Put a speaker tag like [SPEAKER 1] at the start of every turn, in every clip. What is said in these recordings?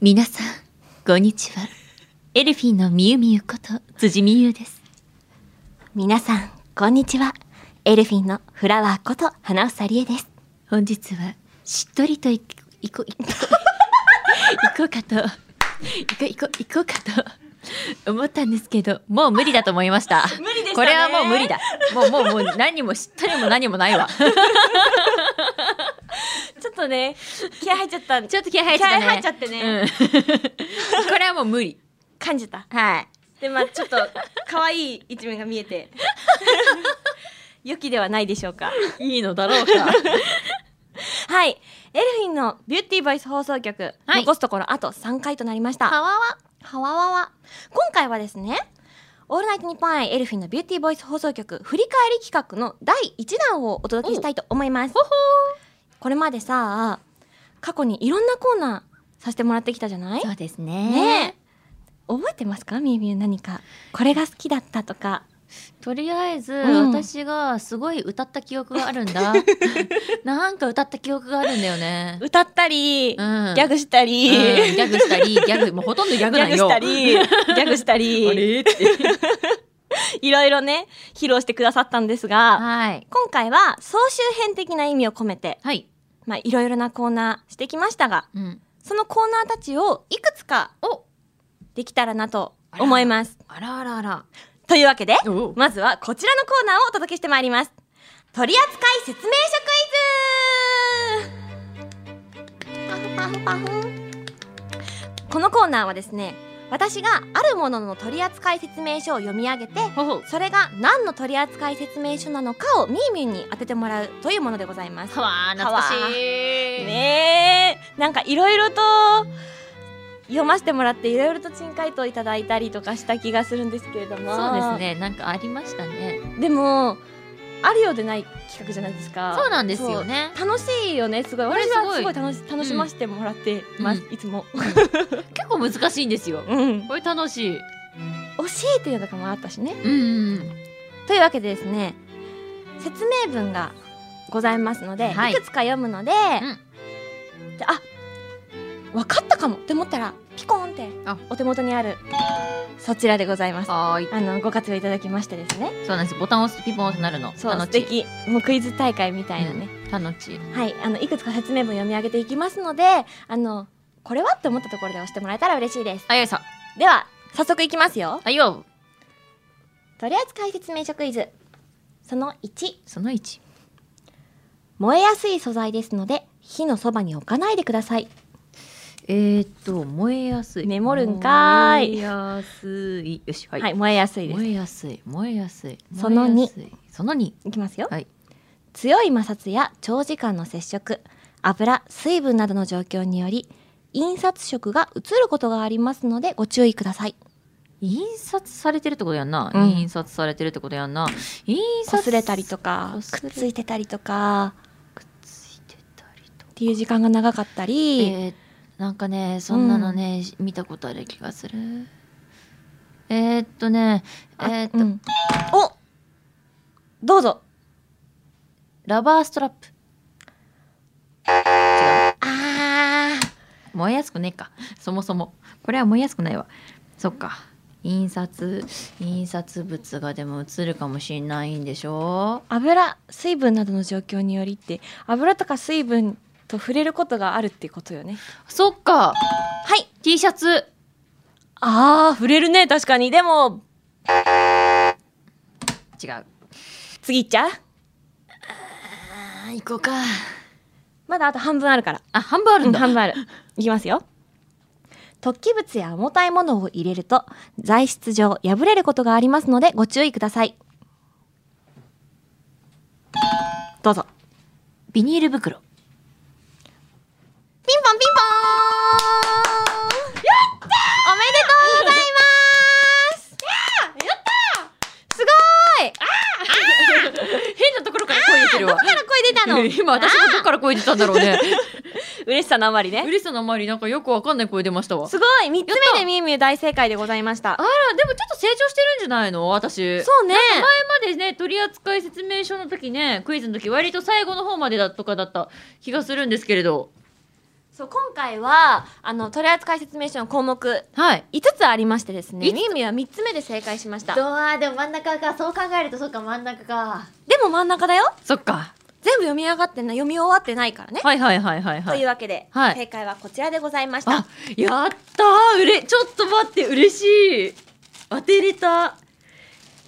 [SPEAKER 1] 皆さんこんにちはエルフィンのみゆみゆこと辻美優です
[SPEAKER 2] 皆さん、こんにちは。エルフィンのフラワーこと花房理恵です。
[SPEAKER 1] 本日はしっとりといこいこいこいこうかといこいこいこうかと思ったんですけどもう無理だと思いました
[SPEAKER 2] 無理でしたね
[SPEAKER 1] これはもう無理だもうもうもう何もしっとりも何もないわ
[SPEAKER 2] ちょっとね、気合入っちゃった。
[SPEAKER 1] ちょっと気合入っちゃったね
[SPEAKER 2] 気合入っちゃってね
[SPEAKER 1] うん これはもう無理
[SPEAKER 2] 感じた。
[SPEAKER 1] はい
[SPEAKER 2] で、まあちょっと可愛い一面が見え て。良きではないでしょうか。
[SPEAKER 1] いいのだろ うか
[SPEAKER 2] はい。エルフィンのビューティーボイス放送局、
[SPEAKER 1] はい
[SPEAKER 2] 残すところあと3回となりました。
[SPEAKER 1] はわわ
[SPEAKER 2] はわわわ。今回はですね、オールナイトニッポンアイエルフィンのビューティーボイス放送局振り返り企画の第1弾をお届けしたいと思います。これまでさ、過去にいろんなコーナーさせてもらってきたじゃない
[SPEAKER 1] そうですね
[SPEAKER 2] ねえ覚えてますかみゆみゆ何か。これが好きだったとか。
[SPEAKER 1] とりあえず、
[SPEAKER 2] うん
[SPEAKER 1] 私がすごい歌った記憶があるん だなんか歌った記憶があるんだよね、
[SPEAKER 2] 歌ったり、
[SPEAKER 1] うん、
[SPEAKER 2] ギャグしたり、
[SPEAKER 1] うんギャグしたり、ギャグ、もうほとんどギャグ
[SPEAKER 2] ギ
[SPEAKER 1] な
[SPEAKER 2] ャ
[SPEAKER 1] ん
[SPEAKER 2] グ
[SPEAKER 1] よ。
[SPEAKER 2] したり、 ギャグした
[SPEAKER 1] あ
[SPEAKER 2] り、
[SPEAKER 1] れって
[SPEAKER 2] いろいろね、披露してくださったんですが、
[SPEAKER 1] はい。
[SPEAKER 2] 今回は総集編的な意味を込めて、
[SPEAKER 1] はい。
[SPEAKER 2] まあ、いろいろなコーナーしてきましたが、
[SPEAKER 1] うん。
[SPEAKER 2] そのコーナーたちをいくつか
[SPEAKER 1] お
[SPEAKER 2] できたらなと思います。
[SPEAKER 1] あらあらあら。
[SPEAKER 2] というわけで、
[SPEAKER 1] お
[SPEAKER 2] まずはこちらのコーナーをお届けしてまいります。取扱説明書クイズパフパフパフこのコーナーはですね、私があるものの取扱説明書を読み上げて、
[SPEAKER 1] ほほ。
[SPEAKER 2] それが何の取扱説明書なのかをみーみーに当ててもらうというものでございます。
[SPEAKER 1] はわー、懐かしい。
[SPEAKER 2] ねえなんかいろいろと読ませてもらっていろいろと珍回答いただいたりとかした気がするんですけれども
[SPEAKER 1] そうですね。なんかありましたね。
[SPEAKER 2] でもあるようでない企画じゃないですか
[SPEAKER 1] そうなんですよね。
[SPEAKER 2] そう楽しいよねすごい
[SPEAKER 1] これ
[SPEAKER 2] 私
[SPEAKER 1] すごい
[SPEAKER 2] はすごい楽し楽しませてもらってます、いつも、
[SPEAKER 1] 結構難しいんですよ。
[SPEAKER 2] うん、
[SPEAKER 1] これ楽しい。
[SPEAKER 2] 教えていうのとかもあったしね
[SPEAKER 1] うん。
[SPEAKER 2] というわけでですね説明文がございますので、
[SPEAKER 1] はい
[SPEAKER 2] い、くつか読むので、であ分かったかもって思ったらピコーンって
[SPEAKER 1] あ
[SPEAKER 2] お手元にあるそちらでございますあ
[SPEAKER 1] はーい。
[SPEAKER 2] のご活用いただきましてですね
[SPEAKER 1] そうなんです。ボタンを押すとピポンとなるの。
[SPEAKER 2] そう素
[SPEAKER 1] 楽ち。
[SPEAKER 2] 敵もうクイズ大会みたいなね、
[SPEAKER 1] たのち。
[SPEAKER 2] はいあのいくつか説明文読み上げていきますのであのこれはって思ったところで押してもらえたら嬉しいです
[SPEAKER 1] あ、よいさ。
[SPEAKER 2] では早速いきますよ
[SPEAKER 1] あ、よ。
[SPEAKER 2] 取扱説明書クイズその1
[SPEAKER 1] その一。
[SPEAKER 2] 燃えやすい素材ですので火のそばに置かないでください
[SPEAKER 1] えーっと、燃えやすい。
[SPEAKER 2] メモるんかーい
[SPEAKER 1] 燃えやすい。よし、は
[SPEAKER 2] はいい、。燃えやすいです
[SPEAKER 1] 燃えやすい燃えやすい
[SPEAKER 2] その
[SPEAKER 1] 燃え
[SPEAKER 2] 二
[SPEAKER 1] やすいその2
[SPEAKER 2] いきますよ、
[SPEAKER 1] はい
[SPEAKER 2] 強い摩擦や長時間の接触油水分などの状況により印刷色が移ることがありますのでご注意ください
[SPEAKER 1] 印刷されてるってことやんな、
[SPEAKER 2] うん
[SPEAKER 1] 印刷されてるってことやんな印刷
[SPEAKER 2] 擦れたりとか
[SPEAKER 1] 擦
[SPEAKER 2] く
[SPEAKER 1] れ
[SPEAKER 2] っついてたりとか
[SPEAKER 1] くっついてたりとか
[SPEAKER 2] っていう時間が長かった
[SPEAKER 1] え
[SPEAKER 2] り、
[SPEAKER 1] ーなんかねそんなのね、見たことある気がするえー、っとねえ
[SPEAKER 2] あ
[SPEAKER 1] ーっと、
[SPEAKER 2] うんおどうぞ
[SPEAKER 1] ラバーストラップ違う
[SPEAKER 2] あー
[SPEAKER 1] 燃えやすくねえかそもそもこれは燃えやすくないわそっか印刷印刷物がでも映るかもしれないんでしょ
[SPEAKER 2] 油水分などの状況によりって油とか水分と触れることがあるってことよね
[SPEAKER 1] そっか
[SPEAKER 2] はい
[SPEAKER 1] T シャツ
[SPEAKER 2] あー触れるね確かにでも
[SPEAKER 1] 違う
[SPEAKER 2] 次いっちゃう
[SPEAKER 1] あ行こうか
[SPEAKER 2] まだあと半分あるから
[SPEAKER 1] あ半分あるんだ、
[SPEAKER 2] 半分ある。いきますよ。突起物や重たいものを入れると材質上破れることがありますのでご注意ください。どうぞ。
[SPEAKER 1] ビニール袋
[SPEAKER 2] ピンポンピンポーンやったおめでとうございますやったすごーいあ
[SPEAKER 1] 変なところから声出てるわ
[SPEAKER 2] どっから声出た の
[SPEAKER 1] 今私がどっから声出たんだろう ね
[SPEAKER 2] 嬉しさのあまりね。
[SPEAKER 1] 嬉しさのあまりなんかよくわかんない声出ましたわ
[SPEAKER 2] すごい三つ目でみゆみゆ大正解でございました
[SPEAKER 1] あ。らでもちょっと成長してるんじゃないの私
[SPEAKER 2] そう
[SPEAKER 1] 前
[SPEAKER 2] ね。
[SPEAKER 1] までね取扱説明書の時ねクイズの時割と最後の方までだとかだった気がするんですけれど
[SPEAKER 2] そう今回はあの取扱説明書の項目
[SPEAKER 1] はい。
[SPEAKER 2] 5つありましてですね
[SPEAKER 1] 五つ
[SPEAKER 2] みゆみゆは3つ目で正解しましたで
[SPEAKER 3] どわでも真ん中かそう考えるとそうか真ん中か
[SPEAKER 2] も真ん中だよ
[SPEAKER 1] そっか。
[SPEAKER 2] 全部読み上がってな読み終わってないからね、
[SPEAKER 1] はいはいはいはいは
[SPEAKER 2] という
[SPEAKER 1] い。
[SPEAKER 2] わけで、
[SPEAKER 1] はい
[SPEAKER 2] 正解はこちらでございました
[SPEAKER 1] あ、やったー。うれ、ちょっと待って嬉しい。当てれた。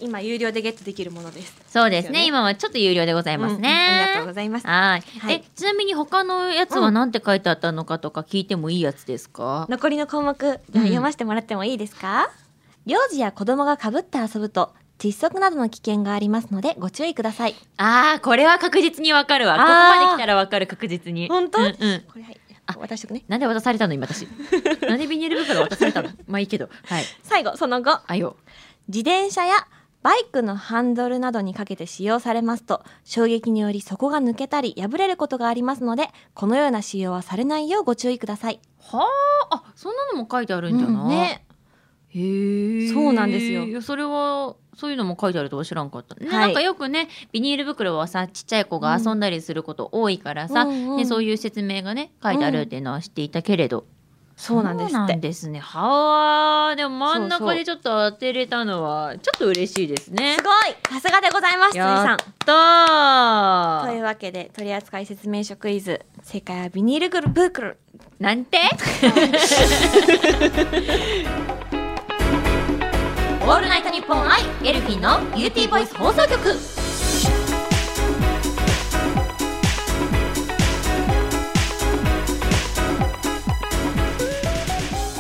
[SPEAKER 2] 今有料でゲットできるものです
[SPEAKER 1] そうです
[SPEAKER 2] ですよね
[SPEAKER 1] ね。今はちょっと有料でございます
[SPEAKER 2] うんうんありがとう
[SPEAKER 1] ね。
[SPEAKER 2] ございます
[SPEAKER 1] はい
[SPEAKER 2] は。い
[SPEAKER 1] え、ちなみに他のやつは何て書いてあったのかとか聞いてもいいやつですか。
[SPEAKER 2] 残りの項目、
[SPEAKER 1] うん
[SPEAKER 2] 読ませてもらってもいいですか幼児や子供がかぶって遊ぶと窒息などの危険がありますのでご注意ください
[SPEAKER 1] ああ、これは確実にわかるわ。ここ
[SPEAKER 2] あー
[SPEAKER 1] まで来たらわかる確実に。
[SPEAKER 2] 本当
[SPEAKER 1] うんうん。
[SPEAKER 2] これはい
[SPEAKER 1] あ
[SPEAKER 2] 渡しとくね
[SPEAKER 1] なんで渡されたの今私。なんでビニール袋渡されたの。まあいいけど。 はい。
[SPEAKER 2] 最後その後
[SPEAKER 1] あよ。
[SPEAKER 2] 自転車やバイクのハンドルなどにかけて使用されますと衝撃により底が抜けたり破れることがありますのでこのような使用はされないようご注意ください
[SPEAKER 1] はあ。あ、そんなのも書いてあるんじゃない。
[SPEAKER 2] うんね
[SPEAKER 1] へえ。
[SPEAKER 2] そうなんですよ
[SPEAKER 1] いやそれはそういうのも書いてあるとは知らんかった、ね
[SPEAKER 2] はい
[SPEAKER 1] なんかよくねビニール袋はさちっちゃい子が遊んだりすること多いからさ、
[SPEAKER 2] うんうん
[SPEAKER 1] ね、そういう説明がね書いてあるっていうのは知っていたけれど、
[SPEAKER 2] そうなんです
[SPEAKER 1] そう
[SPEAKER 2] っ
[SPEAKER 1] な
[SPEAKER 2] て
[SPEAKER 1] んですねはあでも真ん
[SPEAKER 2] そうそ
[SPEAKER 1] 中
[SPEAKER 2] う
[SPEAKER 1] でちょっと当てれたのはちょっと嬉しいですね
[SPEAKER 2] すごいさすがでございます辻
[SPEAKER 1] や
[SPEAKER 2] さ
[SPEAKER 1] っ
[SPEAKER 2] ん
[SPEAKER 1] た
[SPEAKER 2] とい
[SPEAKER 1] ー
[SPEAKER 2] うわけで取扱説明書クイズ正解はビニール袋
[SPEAKER 1] なん て
[SPEAKER 3] オールナイトニッポンアイエルフィンのビューティーボイス放送局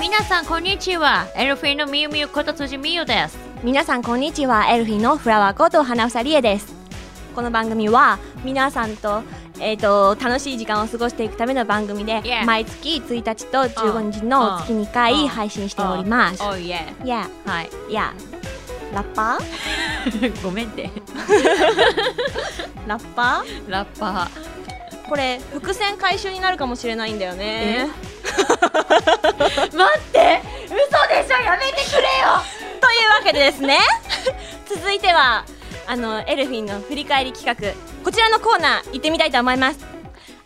[SPEAKER 1] 皆さんこんにちはエルフィンのみゆみゆこと辻みゆです
[SPEAKER 2] 皆さんこんにちはエルフィンのフラワーこと花房理恵ですこの番組は皆さんと,、えー、と楽しい時間を過ごしていくための番組で
[SPEAKER 1] Yeah.
[SPEAKER 2] 毎月1日と15日の月2回
[SPEAKER 1] Uh, uh,
[SPEAKER 2] 配信しております
[SPEAKER 1] おいえ
[SPEAKER 2] いや
[SPEAKER 1] はい
[SPEAKER 2] いやラッパー
[SPEAKER 1] ごめんって
[SPEAKER 2] ラッパー
[SPEAKER 1] ラッパー
[SPEAKER 2] これ伏線回収になるかもしれないんだよ ね
[SPEAKER 1] 待って嘘でしょやめてくれよ
[SPEAKER 2] というわけでですね 続いてはあのエルフィンの振り返り企画こちらのコーナー行ってみたいと思います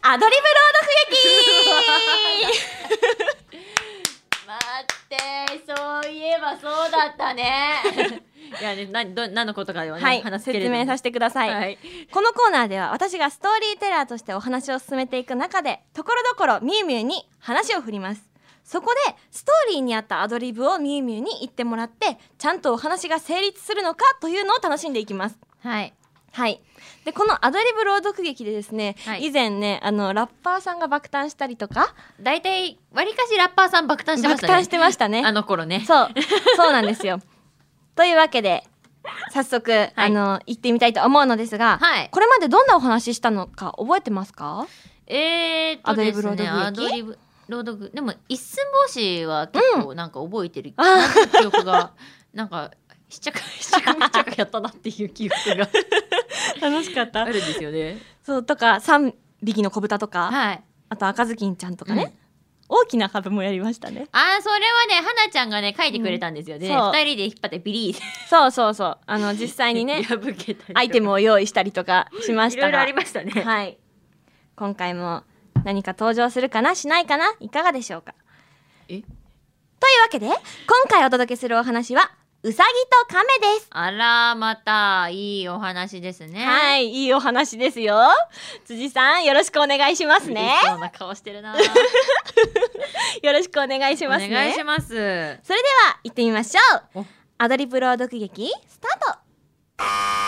[SPEAKER 2] アドリブ朗読 劇
[SPEAKER 3] 待ってそういえばそうだったね
[SPEAKER 1] いやねなど何のことかではね、
[SPEAKER 2] はい
[SPEAKER 1] 話すけれ
[SPEAKER 2] 説
[SPEAKER 1] ども
[SPEAKER 2] 明させてください、
[SPEAKER 1] はい
[SPEAKER 2] このコーナーでは私がストーリーテラーとしてお話を進めていく中でところどころみゆみゆに話を振りますそこでストーリーに合ったアドリブをみゆみゆに言ってもらってちゃんとお話が成立するのかというのを楽しんでいきます
[SPEAKER 1] はい
[SPEAKER 2] はい、でこのアドリブ朗読劇でですね、
[SPEAKER 1] はい
[SPEAKER 2] 以前ねあのラッパーさんが爆誕したりとか
[SPEAKER 1] 大体わりかしラッパーさん爆誕してまし
[SPEAKER 2] 爆
[SPEAKER 1] た
[SPEAKER 2] 誕
[SPEAKER 1] ね
[SPEAKER 2] してましたね
[SPEAKER 1] あの頃ね
[SPEAKER 2] そうそうなん ですよというわけで早速、あの行ってみたいと思うのですが、
[SPEAKER 1] はい
[SPEAKER 2] これまでどんなお話ししたのか覚えてますか
[SPEAKER 1] えー、っとですね
[SPEAKER 2] ア
[SPEAKER 1] ア
[SPEAKER 2] ド
[SPEAKER 1] ド
[SPEAKER 2] リ
[SPEAKER 1] リブ朗読でも一寸法師は結構なんか覚えてる、
[SPEAKER 2] あー
[SPEAKER 1] なんか記憶が なんかしちゃかしちゃかしちゃかやったなっていう記憶 が
[SPEAKER 2] 楽しかっ
[SPEAKER 1] あ
[SPEAKER 2] た
[SPEAKER 1] るんですよね
[SPEAKER 2] そうとか3匹の子豚とか、
[SPEAKER 1] はい
[SPEAKER 2] あと赤ずきんちゃんとかね、大きな株もやりましたね
[SPEAKER 1] あーそれはねはなちゃんがね書いてくれたんですよね、
[SPEAKER 2] うん
[SPEAKER 1] 二
[SPEAKER 2] そう
[SPEAKER 1] 人で引っ張ってビリー
[SPEAKER 2] そうそうそうあの実際 にね
[SPEAKER 1] 破けたりとか
[SPEAKER 2] アイテムを用意したりとかしまし
[SPEAKER 1] いろ
[SPEAKER 2] た
[SPEAKER 1] いろあ
[SPEAKER 2] が
[SPEAKER 1] りましたね、
[SPEAKER 2] はい。今回も何か登場するかなしないかないかがでしょうか
[SPEAKER 1] え
[SPEAKER 2] というわけで、今回お届けするお話は、うさぎとカメです。
[SPEAKER 1] あらまたいいお話ですね
[SPEAKER 2] はい、いいお話ですよ。辻さん、よろしくお願いしますね
[SPEAKER 1] 嬉し。そうな顔してるな
[SPEAKER 2] よろしくお願いし
[SPEAKER 1] お
[SPEAKER 2] ますね。
[SPEAKER 1] 願いします
[SPEAKER 2] それでは、行ってみましょう
[SPEAKER 1] お。
[SPEAKER 2] アドリブ朗読劇、スタート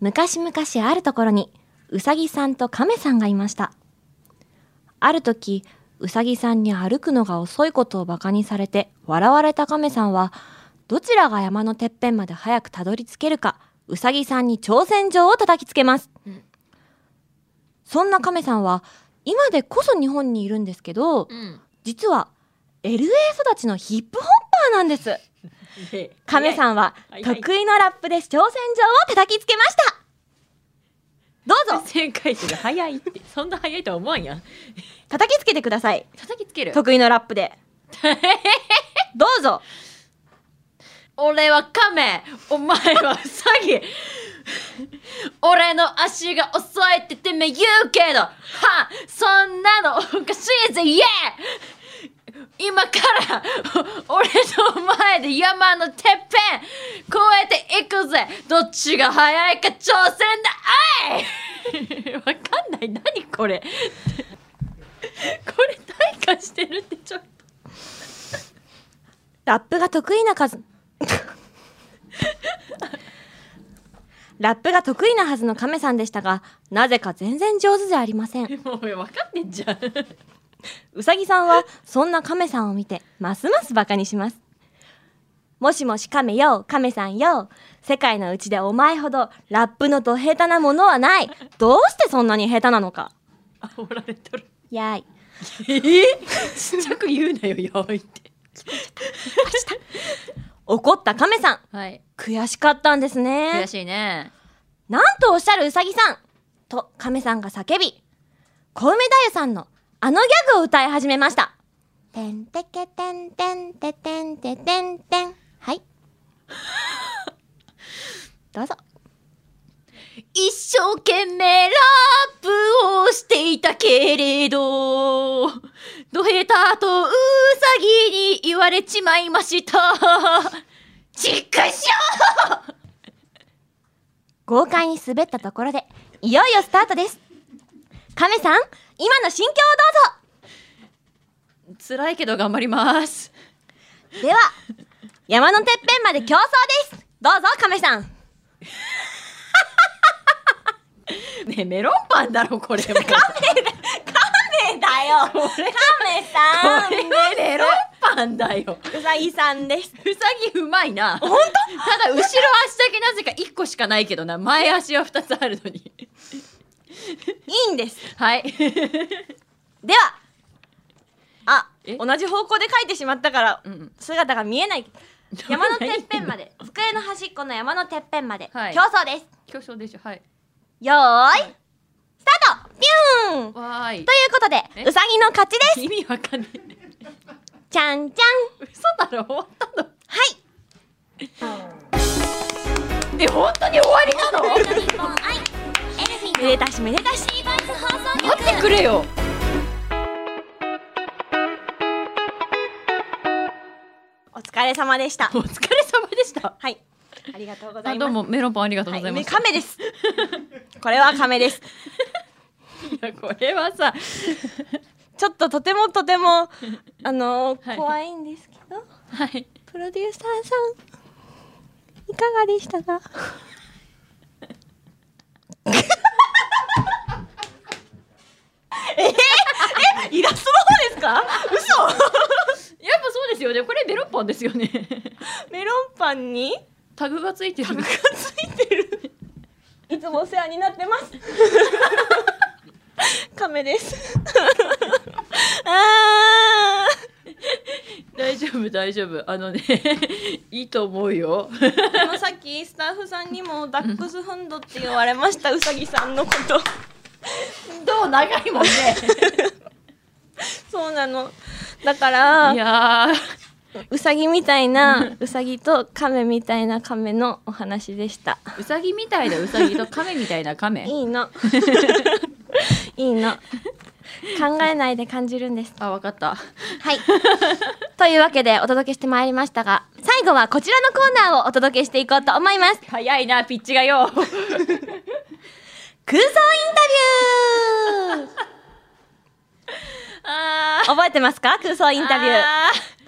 [SPEAKER 2] 昔々あるところにうさぎさんと亀さんがいましたある時うさぎさんに歩くのが遅いことをバカにされて笑われた亀さんはどちらが山のてっぺんまで早くたどり着けるかうさぎさんに挑戦状を叩きつけます、
[SPEAKER 1] うん
[SPEAKER 2] そんな亀さんは今でこそ日本にいるんですけど
[SPEAKER 1] うん
[SPEAKER 2] 実は LA 育ちのヒップホッパーなんです亀
[SPEAKER 1] ん
[SPEAKER 2] さんは
[SPEAKER 1] はいはい
[SPEAKER 2] 得意のラップで挑戦状を叩きつけましたどう ぞ
[SPEAKER 1] 旋回転が早いってそんな早いとは思わんやん
[SPEAKER 2] 叩きつけてください
[SPEAKER 1] 叩きつける
[SPEAKER 2] 得意のラッ プでどうぞ
[SPEAKER 1] 俺は亀お前はウサギ俺の足が遅いっててめえ言うけどはあそんなのおかしいぜイエー今からお俺の前で山のてっぺん越えていくぜどっちが早いか挑戦だあいわかんない何これこれ退化してるってちょっと
[SPEAKER 2] ラップが得意な数 ラップが得意なはずの亀さんでしたがなぜか全然上手じゃありません
[SPEAKER 1] もう分かってんじゃん
[SPEAKER 2] うさぎさんはそんな亀さんを見てますますバカにしますもしもし亀よ亀さんよ世界のうちでお前ほどラップのど下手なものはないどうしてそんなに下手なのか
[SPEAKER 1] 煽られとる
[SPEAKER 2] やい
[SPEAKER 1] えちっちゃく言うなよやばいって
[SPEAKER 2] 怒った亀さん
[SPEAKER 1] はい
[SPEAKER 2] 悔しかったんですね
[SPEAKER 1] 悔しいね
[SPEAKER 2] なんとおっしゃるうさぎさんと亀さんが叫び、小梅太夫さんのあのギャグを歌い始めました。てんてけてんてんててんててんてん。はい。どうぞ。
[SPEAKER 1] 一生懸命ラップをしていたけれど、ドヘタとウサギに言われちまいました。ちっくし
[SPEAKER 2] 豪快に滑ったところで、いよいよスタートです。亀さん、今の心境を
[SPEAKER 1] ょ辛いけど頑張ります。
[SPEAKER 2] どうぞでは、山のてっぺんまで競争ですどうぞ、亀さん
[SPEAKER 1] ねえメロンパンだろ、 これも。
[SPEAKER 2] 亀だよ亀さ
[SPEAKER 1] これがメロンパンだよ。
[SPEAKER 2] うさぎさんです
[SPEAKER 1] うさぎうまいな。本当ただ、後ろ足だけなぜか1個しかないけどな。前足は2つあるのに。
[SPEAKER 2] いいんです
[SPEAKER 1] はい。
[SPEAKER 2] ではあ
[SPEAKER 1] え
[SPEAKER 2] 同じ方向で書いてしまったから
[SPEAKER 1] うんうん
[SPEAKER 2] 姿が見えない山のてっぺんま で机の端っこの山のてっぺんまで、
[SPEAKER 1] はい
[SPEAKER 2] 競争です
[SPEAKER 1] 巨匠でしょ、はい。
[SPEAKER 2] よーいスタートピューンという
[SPEAKER 1] わーい。
[SPEAKER 2] ことで
[SPEAKER 1] え
[SPEAKER 2] うさぎの勝ちです
[SPEAKER 1] 意味わかんねえ。
[SPEAKER 2] じゃんじゃん
[SPEAKER 1] 嘘だろ終わったの
[SPEAKER 2] はい
[SPEAKER 1] え本当に終わりなの待
[SPEAKER 3] 日本愛エルフィン
[SPEAKER 2] めでたしめでたし
[SPEAKER 3] シーバイス放送局
[SPEAKER 1] ってくれよ
[SPEAKER 2] お疲れ様でした
[SPEAKER 1] お疲れ様でした
[SPEAKER 2] はいありがとうござ
[SPEAKER 1] あ
[SPEAKER 2] い
[SPEAKER 1] ど
[SPEAKER 2] ま
[SPEAKER 1] う
[SPEAKER 2] す
[SPEAKER 1] もメロンパンありがとう
[SPEAKER 2] は
[SPEAKER 1] ござい
[SPEAKER 2] い、
[SPEAKER 1] ま
[SPEAKER 2] ね
[SPEAKER 1] した、
[SPEAKER 2] 亀ですこれは亀です
[SPEAKER 1] いやこれはさ
[SPEAKER 2] ちょっととてもとて もあのー
[SPEAKER 1] はい
[SPEAKER 2] 怖いんですけど
[SPEAKER 1] はい
[SPEAKER 2] プロデューサーさんいかがでした かええイラストの方ですか
[SPEAKER 1] やっぱそうですよねこれメロンパンですよね
[SPEAKER 2] 嘘メロンパンに
[SPEAKER 1] タグがついてるタグがつい
[SPEAKER 2] いつもお世話になって ますカメ ですあ
[SPEAKER 1] 大丈夫大丈夫あのねいいと思うよ
[SPEAKER 2] ーあのさっきスタッフさんにもダックスフンドって言われま したうさぎさんのこと
[SPEAKER 1] どう長いもんね
[SPEAKER 2] そうなのだから
[SPEAKER 1] いやー
[SPEAKER 2] うさぎみたいなうさぎと亀みたいな亀のお話でした。
[SPEAKER 1] うさぎみたいなうさぎと亀みたいな亀
[SPEAKER 2] いい の。いいの。考えないで感じるんです。
[SPEAKER 1] あわかった
[SPEAKER 2] はい。というわけでお届けしてまいりましたが、最後はこちらのコーナーをお届けしていこうと思います。
[SPEAKER 1] 早いなピッチがよ
[SPEAKER 2] 空想インタビュー
[SPEAKER 1] あー
[SPEAKER 2] 覚えてますか空想インタビュー。
[SPEAKER 1] あー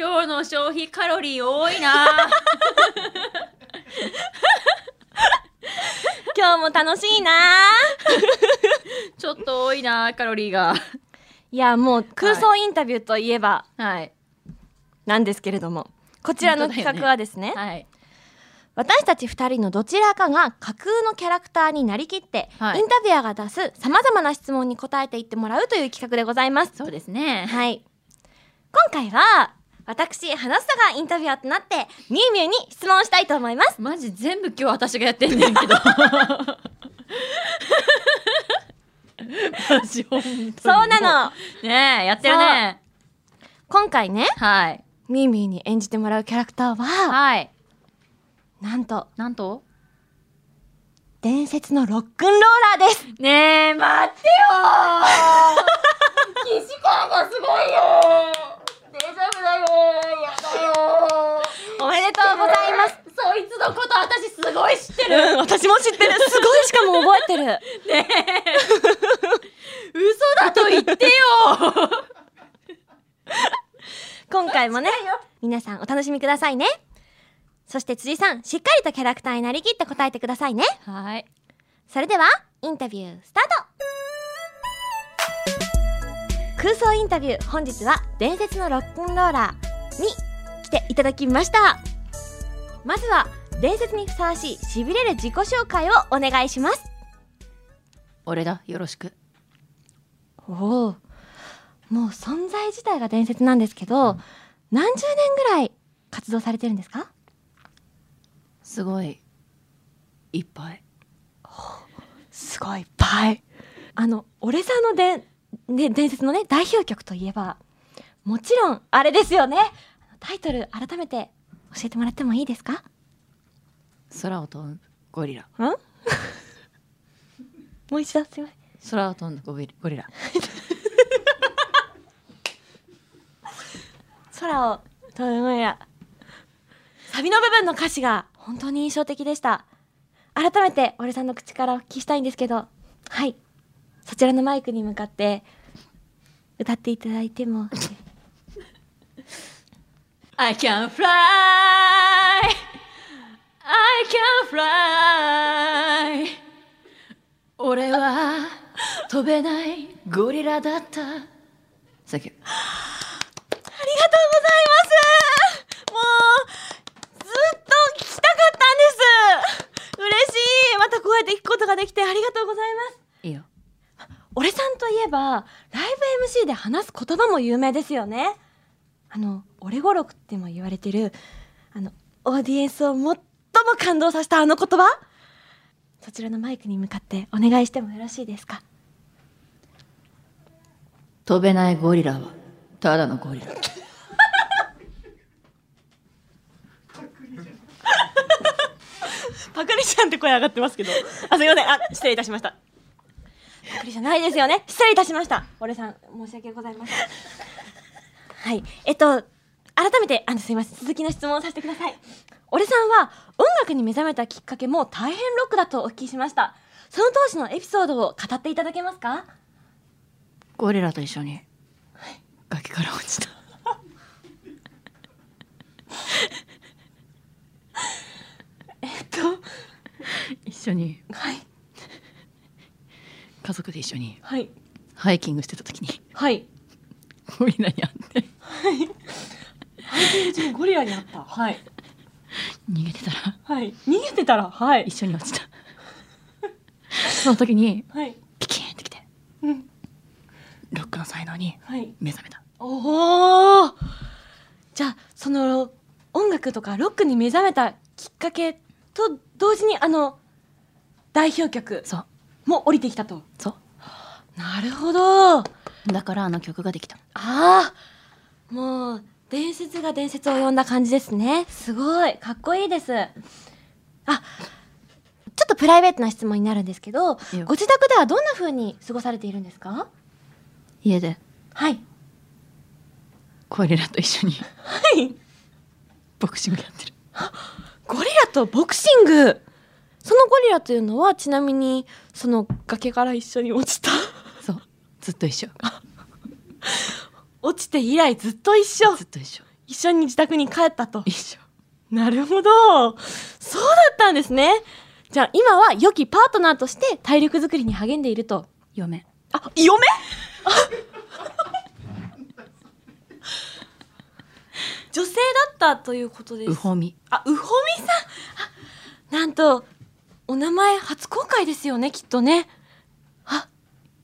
[SPEAKER 1] 今日の消費カロリー多い な
[SPEAKER 2] 今日も楽しいなー
[SPEAKER 1] ちょっと多いなカロリーが
[SPEAKER 2] いや、もう空想インタビューといえば
[SPEAKER 1] はい
[SPEAKER 2] なんですけれども、こちらの
[SPEAKER 1] 本当だよね
[SPEAKER 2] 企画はですね、
[SPEAKER 1] はい
[SPEAKER 2] 私たち2人のどちらかが架空のキャラクターになりきって、
[SPEAKER 1] はい
[SPEAKER 2] インタビュアーが出すさまざまな質問に答えていってもらうという企画でございます。
[SPEAKER 1] そうですね
[SPEAKER 2] はい、今回は私花房がインタビュアーとなってみゆみゆに質問したいと思います。
[SPEAKER 1] マジ全部今日私がやってんねんけどマジ本当に
[SPEAKER 2] そうなの
[SPEAKER 1] ねえやってるね
[SPEAKER 2] 今回ね
[SPEAKER 1] はい
[SPEAKER 2] みゆみゆに演じてもらうキャラクターは
[SPEAKER 1] はい
[SPEAKER 2] なんと
[SPEAKER 1] なんと
[SPEAKER 2] 伝説のロックンローラーです
[SPEAKER 1] ねえ待って
[SPEAKER 4] 騎士感がすごいよ大丈夫だよやだよ
[SPEAKER 2] おめでとうございます
[SPEAKER 1] そいつのこと私すごい知ってる
[SPEAKER 2] うん私も知ってるすごいしかも覚えてる
[SPEAKER 1] 嘘だと言ってよ
[SPEAKER 2] 今回もね皆さんお楽しみくださいねそして辻さんしっかりとキャラクターになりきって答えてくださいね
[SPEAKER 1] はい
[SPEAKER 2] それではインタビュースタート空想インタビュー本日は伝説のロックンローラーに来ていただきましたまずは伝説にふさわしいしびれる自己紹介をお願いします
[SPEAKER 1] 俺だよろしく
[SPEAKER 2] おおもう存在自体が伝説なんですけど、何十年ぐらい活動されてるんですか
[SPEAKER 1] すごいいっぱい
[SPEAKER 2] すごいいっぱいあの俺さんのでで伝説のね代表曲といえばもちろんあれですよねタイトル改めて教えてもらってもいいですか
[SPEAKER 1] 空を飛ぶゴリラ
[SPEAKER 2] ん もう一度すいません
[SPEAKER 1] 空を飛んだゴリゴリラ
[SPEAKER 2] 空を飛ぶゴリラサビの部分の歌詞が本当に印象的でした改めて俺さんの口からお聞きしたいんですけどはいそちらのマイクに向かって歌っていただいても
[SPEAKER 1] I can fly I can fly 俺は飛べないゴリラだった Thank you
[SPEAKER 2] ありがとうございますもうずっと聞きたかったんです嬉しいまたこうやって聞くことができてありがとうございます
[SPEAKER 1] いいよ
[SPEAKER 2] 俺さんといえばライブ MC で話す言葉も有名ですよねあの「俺語録」っても言われてるあのオーディエンスを最も感動させたあの言葉そちらのマイクに向かってお願いしてもよろしいですか
[SPEAKER 1] 飛べないゴリラはただのゴリラ
[SPEAKER 2] パクリちゃんって声上がってますけどあすいませんあ失礼いたしましたパクリじゃないですよね失礼いたしました俺さん申し訳ございませんはいえっと改めてあのすいません続きの質問をさせてください俺さんは音楽に目覚めたきっかけも大変ロックだとお聞きしましたその当時のエピソードを語っていただけますか
[SPEAKER 1] ゴリラと一緒に崖から落ちた
[SPEAKER 2] えっと
[SPEAKER 1] 一緒に
[SPEAKER 2] はい
[SPEAKER 1] 家族で一緒に
[SPEAKER 2] はい
[SPEAKER 1] ハイキングしてた時に
[SPEAKER 2] はい
[SPEAKER 1] ゴリラに会って
[SPEAKER 2] うちにゴリラにあったはい
[SPEAKER 1] 逃げてたら
[SPEAKER 2] はい逃げてたらはい
[SPEAKER 1] 一緒に落ちたその時に
[SPEAKER 2] はい
[SPEAKER 1] ピキーンってきて
[SPEAKER 2] うん
[SPEAKER 1] ロックの才能に
[SPEAKER 2] はい
[SPEAKER 1] 目覚めた
[SPEAKER 2] おおじゃあその音楽とかロックに目覚めたきっかけと同時にあの代表曲
[SPEAKER 1] そう
[SPEAKER 2] も降りてきたと
[SPEAKER 1] そ
[SPEAKER 2] なるほどあ
[SPEAKER 1] うだからあの曲ができた
[SPEAKER 2] あーもう伝説が伝説を呼んだ感じですねすごいかっこいいですあちょっとプライベートな質問になるんですけど
[SPEAKER 1] いいよ
[SPEAKER 2] ご自宅ではどんな風に過ごされているんですか
[SPEAKER 1] 家で
[SPEAKER 2] はい
[SPEAKER 1] ゴリラと一緒に
[SPEAKER 2] はい
[SPEAKER 1] ボクシングやってる
[SPEAKER 2] ゴリラとボクシングそのゴリラというのはちなみにその崖から一緒に落ちた
[SPEAKER 1] そうずっと一緒
[SPEAKER 2] 落ちて以来ずっと一緒
[SPEAKER 1] ずっと一緒
[SPEAKER 2] 一緒に自宅に帰ったと
[SPEAKER 1] 一緒
[SPEAKER 2] なるほどそうだったんですねじゃあ今は良きパートナーとして体力づくりに励んでいると
[SPEAKER 1] 嫁
[SPEAKER 2] あ嫁あ女性だったということです
[SPEAKER 1] うほみ
[SPEAKER 2] あ、うほみさんあなんと、お名前初公開ですよね、きっとね。あ、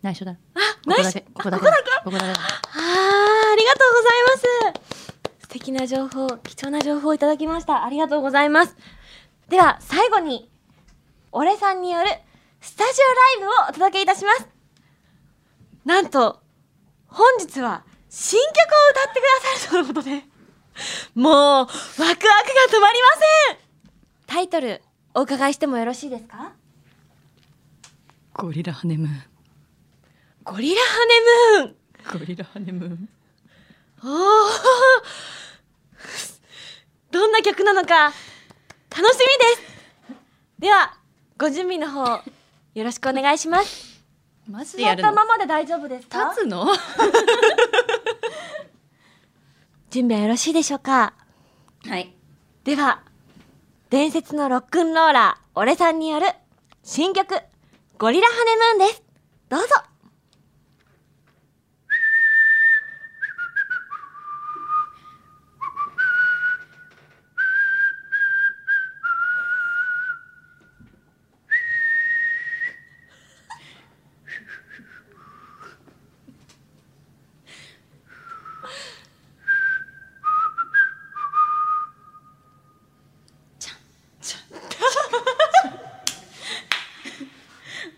[SPEAKER 1] 内緒だ
[SPEAKER 2] あ、
[SPEAKER 1] ここ
[SPEAKER 2] ナイ
[SPEAKER 1] だ
[SPEAKER 2] ス
[SPEAKER 1] けここだけ
[SPEAKER 2] あ
[SPEAKER 1] ここだけ
[SPEAKER 2] あー、ありがとうございます。素敵な情報、貴重な情報をいただきました。ありがとうございます。では、最後に、俺さんによるスタジオライブをお届けいたします。なんと、本日は新曲を歌ってくださるとのことで、もう、ワクワクが止まりませんタイトル、お伺いしてもよろしいですか
[SPEAKER 1] ゴリラハネムーン
[SPEAKER 2] ゴリラハネムーン
[SPEAKER 1] ゴリラハネムーン
[SPEAKER 2] おー どんな曲なのか楽しみですではご準備の方よろしくお願いし ます
[SPEAKER 1] マジで
[SPEAKER 2] 座
[SPEAKER 1] や
[SPEAKER 2] っ
[SPEAKER 1] る
[SPEAKER 2] た
[SPEAKER 1] の
[SPEAKER 2] ままで大丈夫ですか
[SPEAKER 1] 立つの
[SPEAKER 2] 準備はよろしいでしょうか
[SPEAKER 1] はい
[SPEAKER 2] では伝説のロックンローラー俺さんによる新曲「ゴリラハネムーン」ですどうぞ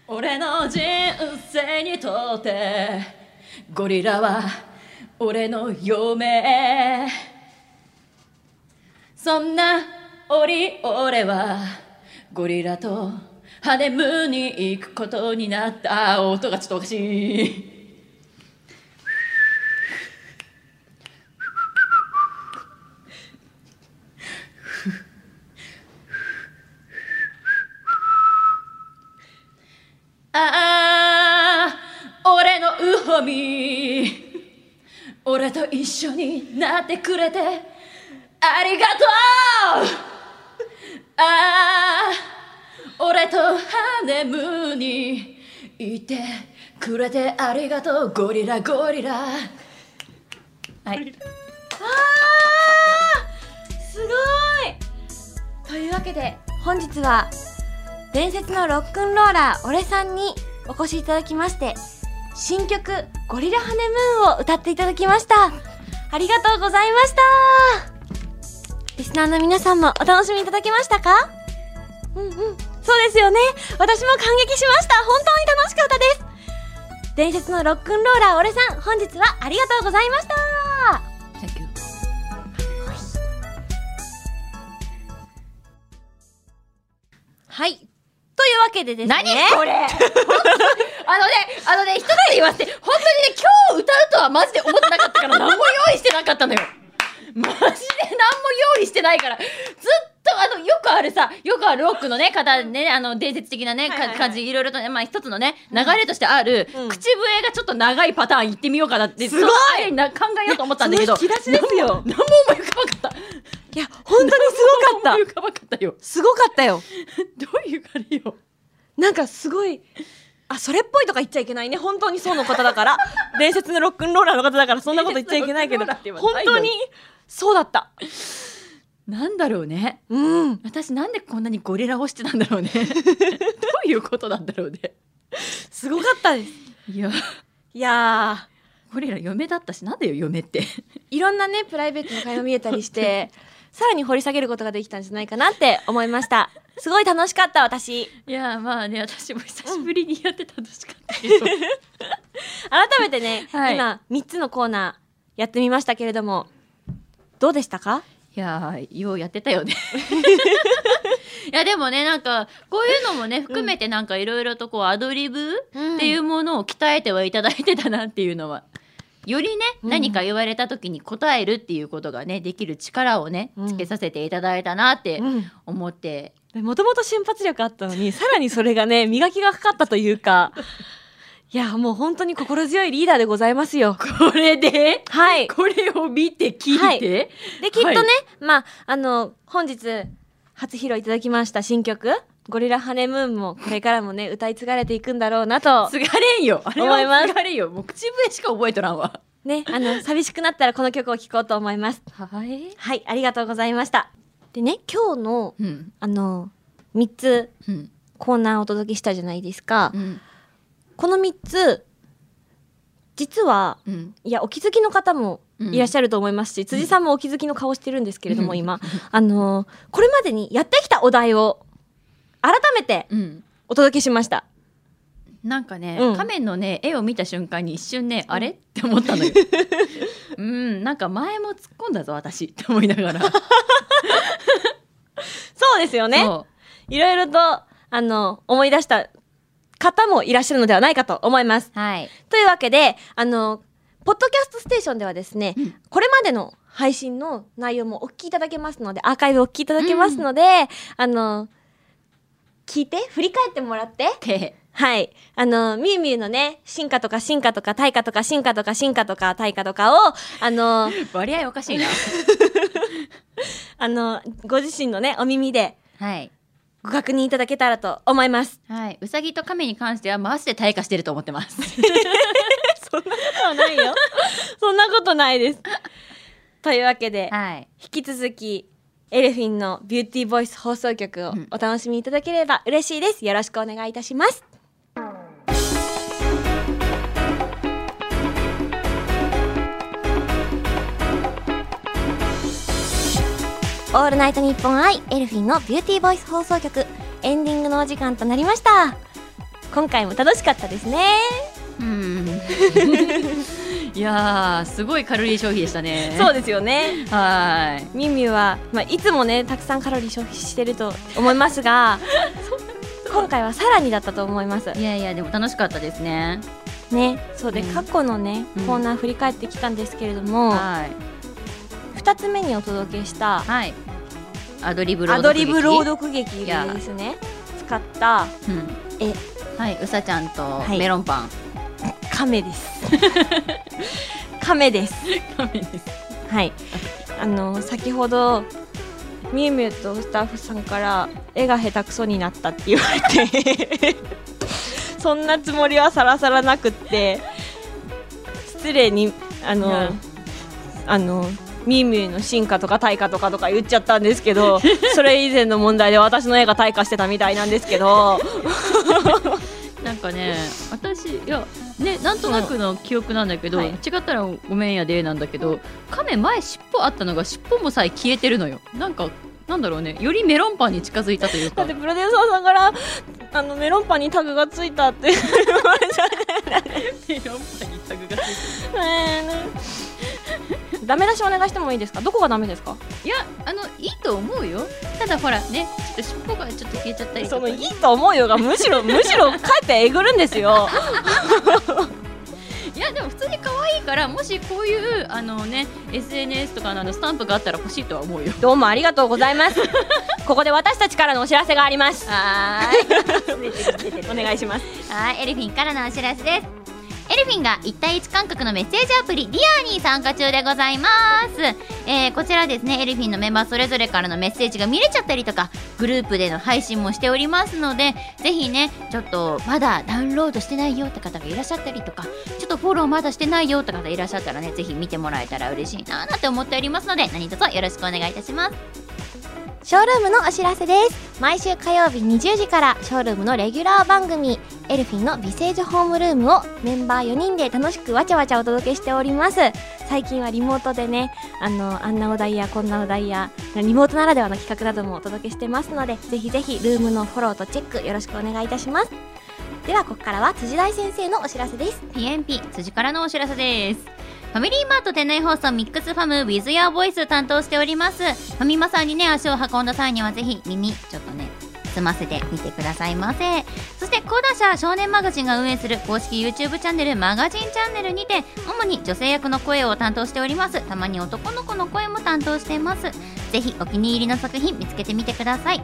[SPEAKER 1] 俺の人生にとってゴリラは俺の嫁そんな折俺はゴリラとハネムーンに行くことになったあー音がちょっとおかしいああ俺のウホミ俺と一緒になってくれてありがとうああ俺とハネムーンにいてくれてありがとうゴリラゴリラはい
[SPEAKER 2] すごいというわけで本日は伝説のロックンローラー俺さんにお越しいただきまして新曲「ゴリラハネムーン」を歌っていただきましたありがとうございましたリスナーの皆さんもお楽しみいただけましたかうんうんそうですよね私も感激しました本当に楽しかったです伝説のロックンローラー俺さん本日はありがとうございました
[SPEAKER 1] Thank you
[SPEAKER 2] はいというわけでですね
[SPEAKER 1] 何これ本当にあのね、あのね、一つ言わせて、本当にね、今日歌うとはマジで思ってなかったから、何も用意してなかったのよ。マジで何も用意してないから、ずっとあの、よくあるさ、よくあるロックのね、方ね、あの、伝説的なね、
[SPEAKER 2] はいはいはい
[SPEAKER 1] か感じ、いろいろとね、まあ一つのね、流れとしてある、
[SPEAKER 2] うん
[SPEAKER 1] 口笛がちょっと長いパターン言ってみようかなって、
[SPEAKER 2] すごい
[SPEAKER 1] そのあれにな考えようと思ったんだけど、
[SPEAKER 2] その引き出しです
[SPEAKER 1] 何
[SPEAKER 2] よ
[SPEAKER 1] も何も思い浮か ばなかった。
[SPEAKER 2] いや、本当にすごか
[SPEAKER 1] 何も思い
[SPEAKER 2] っ
[SPEAKER 1] 浮かばなかったよ
[SPEAKER 2] た。。 すごかったよ。
[SPEAKER 1] どういうあれよ。
[SPEAKER 2] なんかすごい、あ、それっぽいとか言っちゃいけないね。本当にそうの方だ から。伝説のロックンローラーの方だから、そんなこと言っちゃいけないけど、
[SPEAKER 1] 伝説のロッ
[SPEAKER 2] 本
[SPEAKER 1] クンローラーって言わ
[SPEAKER 2] 当
[SPEAKER 1] ないの
[SPEAKER 2] にそうだった。
[SPEAKER 1] なんだろうね。
[SPEAKER 2] うん。
[SPEAKER 1] 私なんでこんなにゴリラをしてたんだ ろうねどういうことなんだろうね
[SPEAKER 2] すごかったです。
[SPEAKER 1] いや
[SPEAKER 2] いや
[SPEAKER 1] ゴリラ嫁だったしなんだよ嫁って
[SPEAKER 2] ー、いろんなね、プライベートの会話見えたり して、さらに掘り下げることができたんじゃないかなって思いました。すごい楽しかった、私。
[SPEAKER 1] いやまあね私も久しぶりにやって楽しかったけど、
[SPEAKER 2] 改めてね、
[SPEAKER 1] はい
[SPEAKER 2] 今、3つのコーナーやってみましたけれども、どうでしたか
[SPEAKER 1] いやーようやってたよ ねいやでもねなんかこういうのもね含めてなんかいろいろとこうアドリブっていうものを鍛えてはいただいてたなっていうのはよりね、
[SPEAKER 2] うん
[SPEAKER 1] 何か言われた時に答えるっていうことがねできる力をねつけさせていただいたなって
[SPEAKER 2] うん。
[SPEAKER 1] 思って
[SPEAKER 2] もともと瞬発力あったのに、さらにそれがね、 磨きがかかったというか、いや、もう本当に心強いリーダーでございますよ。
[SPEAKER 1] これで
[SPEAKER 2] はい。
[SPEAKER 1] これを見て聞いて、
[SPEAKER 2] はいで、きっとね、
[SPEAKER 1] はい
[SPEAKER 2] まあ、あの、本日、初披露いただきました新曲、ゴリラハネムーンも、これからもね、歌い継がれていくんだろうなと、
[SPEAKER 1] すがれんよあれは
[SPEAKER 2] 思います
[SPEAKER 1] すがれんよもう口笛しか覚えとらんわ
[SPEAKER 2] ね、あの、寂しくなったらこの曲を聴こうと思います。
[SPEAKER 1] はい
[SPEAKER 2] はい、ありがとうございました。でね、今日の、
[SPEAKER 1] うん
[SPEAKER 2] あの、3つ
[SPEAKER 1] うん
[SPEAKER 2] コーナーをお届けしたじゃないですか。
[SPEAKER 1] うん
[SPEAKER 2] この3つ、実は、
[SPEAKER 1] うん
[SPEAKER 2] いやお気づきの方も
[SPEAKER 1] うん
[SPEAKER 2] いらっしゃると思いますし、辻さんもお気づきの顔してるんですけれども、
[SPEAKER 1] うん
[SPEAKER 2] 今あのーこれまでにやってきたお題を改めて
[SPEAKER 1] うん
[SPEAKER 2] お届けしました
[SPEAKER 1] なんかね、
[SPEAKER 2] うん
[SPEAKER 1] 仮面のね絵を見た瞬間に一瞬ね、あれって思ったのよ うんなんか前も突っ込んだぞ私って思いな がら
[SPEAKER 2] そうですよね
[SPEAKER 1] そ
[SPEAKER 2] いろいろとあの思い出した方もいらっしゃるのではないかと思います。
[SPEAKER 5] はい。
[SPEAKER 2] というわけで、あの、ポッドキャストステーションではですね、
[SPEAKER 5] うん
[SPEAKER 2] これまでの配信の内容もお聞きいただけますので、アーカイブをお聞きいただけますので、あの、聞いて、振り返ってもらって、
[SPEAKER 5] で、
[SPEAKER 2] はい。あの、みゆみゆのね、進化とか進化とか対価とか進化とか進化とか対価とかを、あの、
[SPEAKER 5] 割合おかしいな。
[SPEAKER 2] あの、ご自身のね、お耳で
[SPEAKER 5] はい。
[SPEAKER 2] ご確認いただけたらと思い ます。
[SPEAKER 5] はい。うさぎと亀に関しては、マジで退化してると思ってます。
[SPEAKER 2] そんなことはないよ。 そんなことない です。というわけで、
[SPEAKER 5] はい。
[SPEAKER 2] 引き続き、エルフィンのビューティーボイス放送局を
[SPEAKER 5] うん
[SPEAKER 2] お楽しみいただければ嬉しいです。よろしくお願いいたします。オールナイトニッポンアイエルフィンのビューティーボイス放送局エンディングのお時間となりました。今回も楽しかったですね。
[SPEAKER 5] うん。 いやー、すごいカロリー消費でしたね。
[SPEAKER 2] そうですよね。
[SPEAKER 5] す。はーい。
[SPEAKER 2] ミュウミュウは、まあ、いつもねたくさんカロリー消費してると思いま すが今回はさらにだったと思います
[SPEAKER 5] いやいやでも楽しかったですね。
[SPEAKER 2] ねそうで、
[SPEAKER 5] うん
[SPEAKER 2] 過去のね
[SPEAKER 5] うん
[SPEAKER 2] コーナー振り返ってきたんですけれども、
[SPEAKER 5] はい
[SPEAKER 2] 2つ目にお届けした
[SPEAKER 5] はい。アドリブ朗
[SPEAKER 2] ア
[SPEAKER 5] 読
[SPEAKER 2] ド
[SPEAKER 5] 劇
[SPEAKER 2] リブ朗読劇でですね使った
[SPEAKER 5] うん。
[SPEAKER 2] え
[SPEAKER 5] はい、うさちゃんと
[SPEAKER 2] はい
[SPEAKER 5] メロンパン。
[SPEAKER 2] 亀です 亀ですはいあの先ほどみゆみゆとスタッフさんから絵が下手くそになったって言われて そんなつもりはさらさらなくって失礼にあ
[SPEAKER 5] い
[SPEAKER 2] の
[SPEAKER 5] や
[SPEAKER 2] あのみゆみゆの進化とか退化とかとか言っちゃったんですけどそれ以前の問題で私の絵が退化してたみたいなんですけど
[SPEAKER 5] なんかね、私いやねなんとなくの記憶なんだけど、
[SPEAKER 2] はい
[SPEAKER 5] 違ったらごめんやでなんだけど、亀前尻尾あったのが尻尾もさえ消えてるのよ。なんかなんだろうね、よりメロンパンに近づいたという
[SPEAKER 2] だ
[SPEAKER 5] か
[SPEAKER 2] っ。てプロデューサーさんからあのメロンパンにタグがついたって言われちゃう
[SPEAKER 5] メロンパンにタグがついて
[SPEAKER 2] ダメ出しお願いしてもいいですかどこがダメですか
[SPEAKER 5] る。いやあのいいと思うよ。ただほらね、ちょっと尻尾がちょっと消えちゃったり
[SPEAKER 2] そ
[SPEAKER 5] と
[SPEAKER 2] の
[SPEAKER 5] かね、
[SPEAKER 2] いいと思うよがむしろむしろ帰ってえぐるんですよ
[SPEAKER 5] いやでも普通に可愛いからもしこういうあのね SNS とかのあのスタンプがあったら欲しいとは思うよ。
[SPEAKER 2] どうもありがとうございますここで私たちからのお知らせがあります
[SPEAKER 1] は
[SPEAKER 2] お願いします
[SPEAKER 1] ーい。はい、エルフィンからのお知らせです。エルフィンが1対1感覚のメッセージアプリ、ディアーに参加中でございます。えー、こちらですね、エルフィンのメンバーそれぞれからのメッセージが見れちゃったりとか、グループでの配信もしておりますので、ぜひね、ちょっとまだダウンロードしてないよって方がいらっしゃったりとか、ちょっとフォローまだしてないよって方いらっしゃったらね、ぜひ見てもらえたら嬉しいなーなんて思っておりますので、何卒よろしくお願いいたします。
[SPEAKER 6] ショールームのお知らせです。毎週火曜日20時からショールームのレギュラー番組、エルフィンの美声女ホームルームをメンバー4人で楽しくわちゃわちゃお届けしております。最近はリモートでね、あの、あんなお題やこんなお題や、リモートならではの企画などもお届けしてますので、ぜひぜひルームのフォローとチェックよろしくお願いいたします。では、ここからは辻大先生のお知らせです。
[SPEAKER 1] PNP 辻からのお知らせですファミリーマート店内放送ミックスファム with your voice 担当しておりますファミマさんにね足を運んだ際にはぜひ耳ちょっとね済ませてみてくださいませそして講談社少年マガジンが運営する公式 YouTube チャンネルマガジンチャンネルにて主に女性役の声を担当しておりますたまに男の子の声も担当していますぜひお気に入りの作品見つけてみてください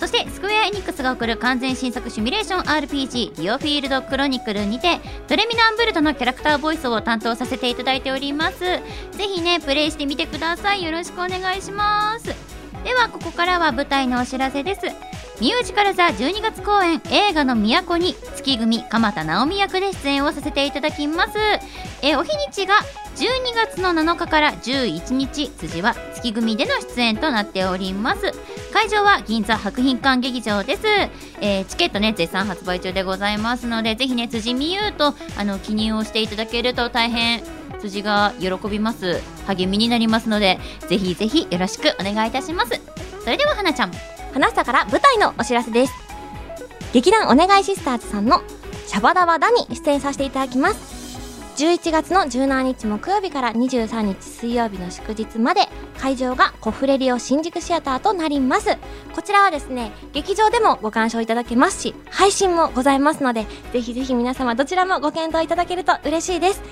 [SPEAKER 1] そしてスクウェア・エニックスが送る完全新作シミュレーション RPG「ディオフィールド・クロニクル」にてドレミナンブルトのキャラクターボイスを担当させていただいておりますぜひねプレイしてみてくださいよろしくお願いしますではここからは舞台のお知らせですミュージカル座12月公演映画の都に月組鎌田直美役で出演をさせていただきますえーお日にちが12月の7日から11日辻は月組での出演となっております会場は銀座博品館劇場です、えーチケットね絶賛発売中でございますのでぜひね辻美優とあの記入をしていただけると大変辻が喜びます励みになりますのでぜひぜひよろしくお願いいたしますそれでは花ちゃん
[SPEAKER 6] 花房から舞台のお知らせです劇団お願いシスターズさんの「シャバダバダ」に出演させていただきます11月の17日木曜日から23日水曜日の祝日まで
[SPEAKER 2] 会場がコフレリオ新宿シアターとなりますこちらはですね劇場でもご鑑賞いただけますし配信もございますのでぜひぜひ皆様どちらもご検討いただけると嬉しいです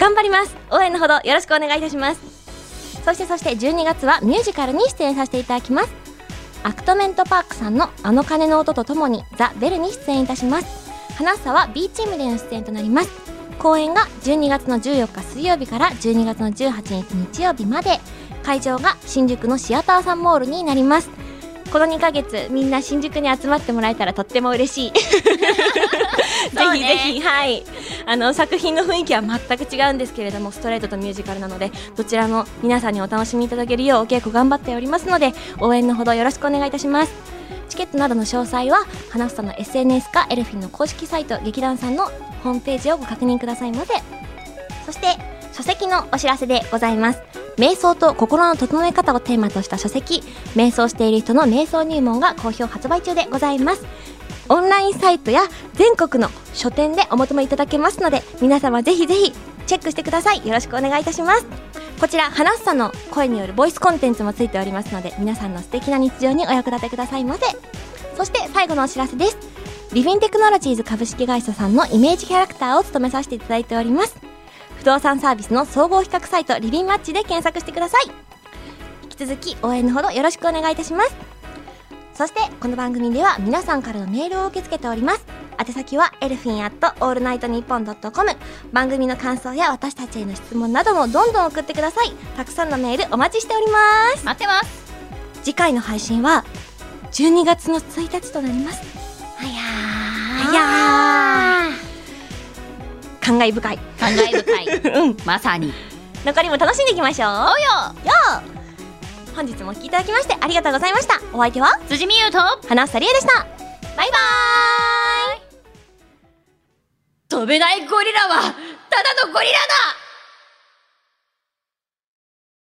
[SPEAKER 2] 頑張ります応援のほどよろしくお願いいたしますそしてそして12月はミュージカルに出演させていただきますアクトメントパークさんの「あの鐘の音」とともに「ザ・ベル」に出演いたします花沢 B チームでの出演となります公演が12月の14日水曜日から12月の18日日曜日まで会場が新宿のシアターサンモールになりますこの2ヶ月みんな新宿に集まってもらえたらとっても嬉しい ぜひぜひ、はいあの作品の雰囲気は全く違うんですけれどもストレートとミュージカルなのでどちらも皆さんにお楽しみいただけるようお稽古頑張っておりますので応援のほどよろしくお願いいたしますチケットなどの詳細は花房の SNS かエルフィンの公式サイト劇団さんのホームページをご確認くださいませそして書籍のお知らせでございます瞑想と心の整え方をテーマとした書籍瞑想している人の瞑想入門が好評発売中でございますオンラインサイトや全国の書店でお求めいただけますので皆様ぜひぜひチェックしてくださいよろしくお願いいたしますこちら花房の声によるボイスコンテンツもついておりますので皆さんの素敵な日常にお役立てくださいませそして最後のお知らせですリビンテクノロジーズ株式会社さんのイメージキャラクターを務めさせていただいております不動産サービスの総合比較サイトリビンマッチで検索してください引き続き応援のほどよろしくお願いいたしますそしてこの番組では皆さんからのメールを受け付けております宛先はエルフィンアットオールナイトニッポンドットコム番組の感想や私たちへの質問などもどんどん送ってくださいたくさんのメールお待ちしております
[SPEAKER 1] 待ってます
[SPEAKER 2] 次回の配信は12月の1日となりますあやーあやー感慨深い
[SPEAKER 1] 感慨深い、まさに
[SPEAKER 2] 残りも楽しんでいきましょうよよ本日もお聞きいただきましてありがとうございましたお相手は
[SPEAKER 1] 辻美優と
[SPEAKER 2] 花房理恵でしたバイバーイ
[SPEAKER 7] 飛べないゴリラはただのゴリラだ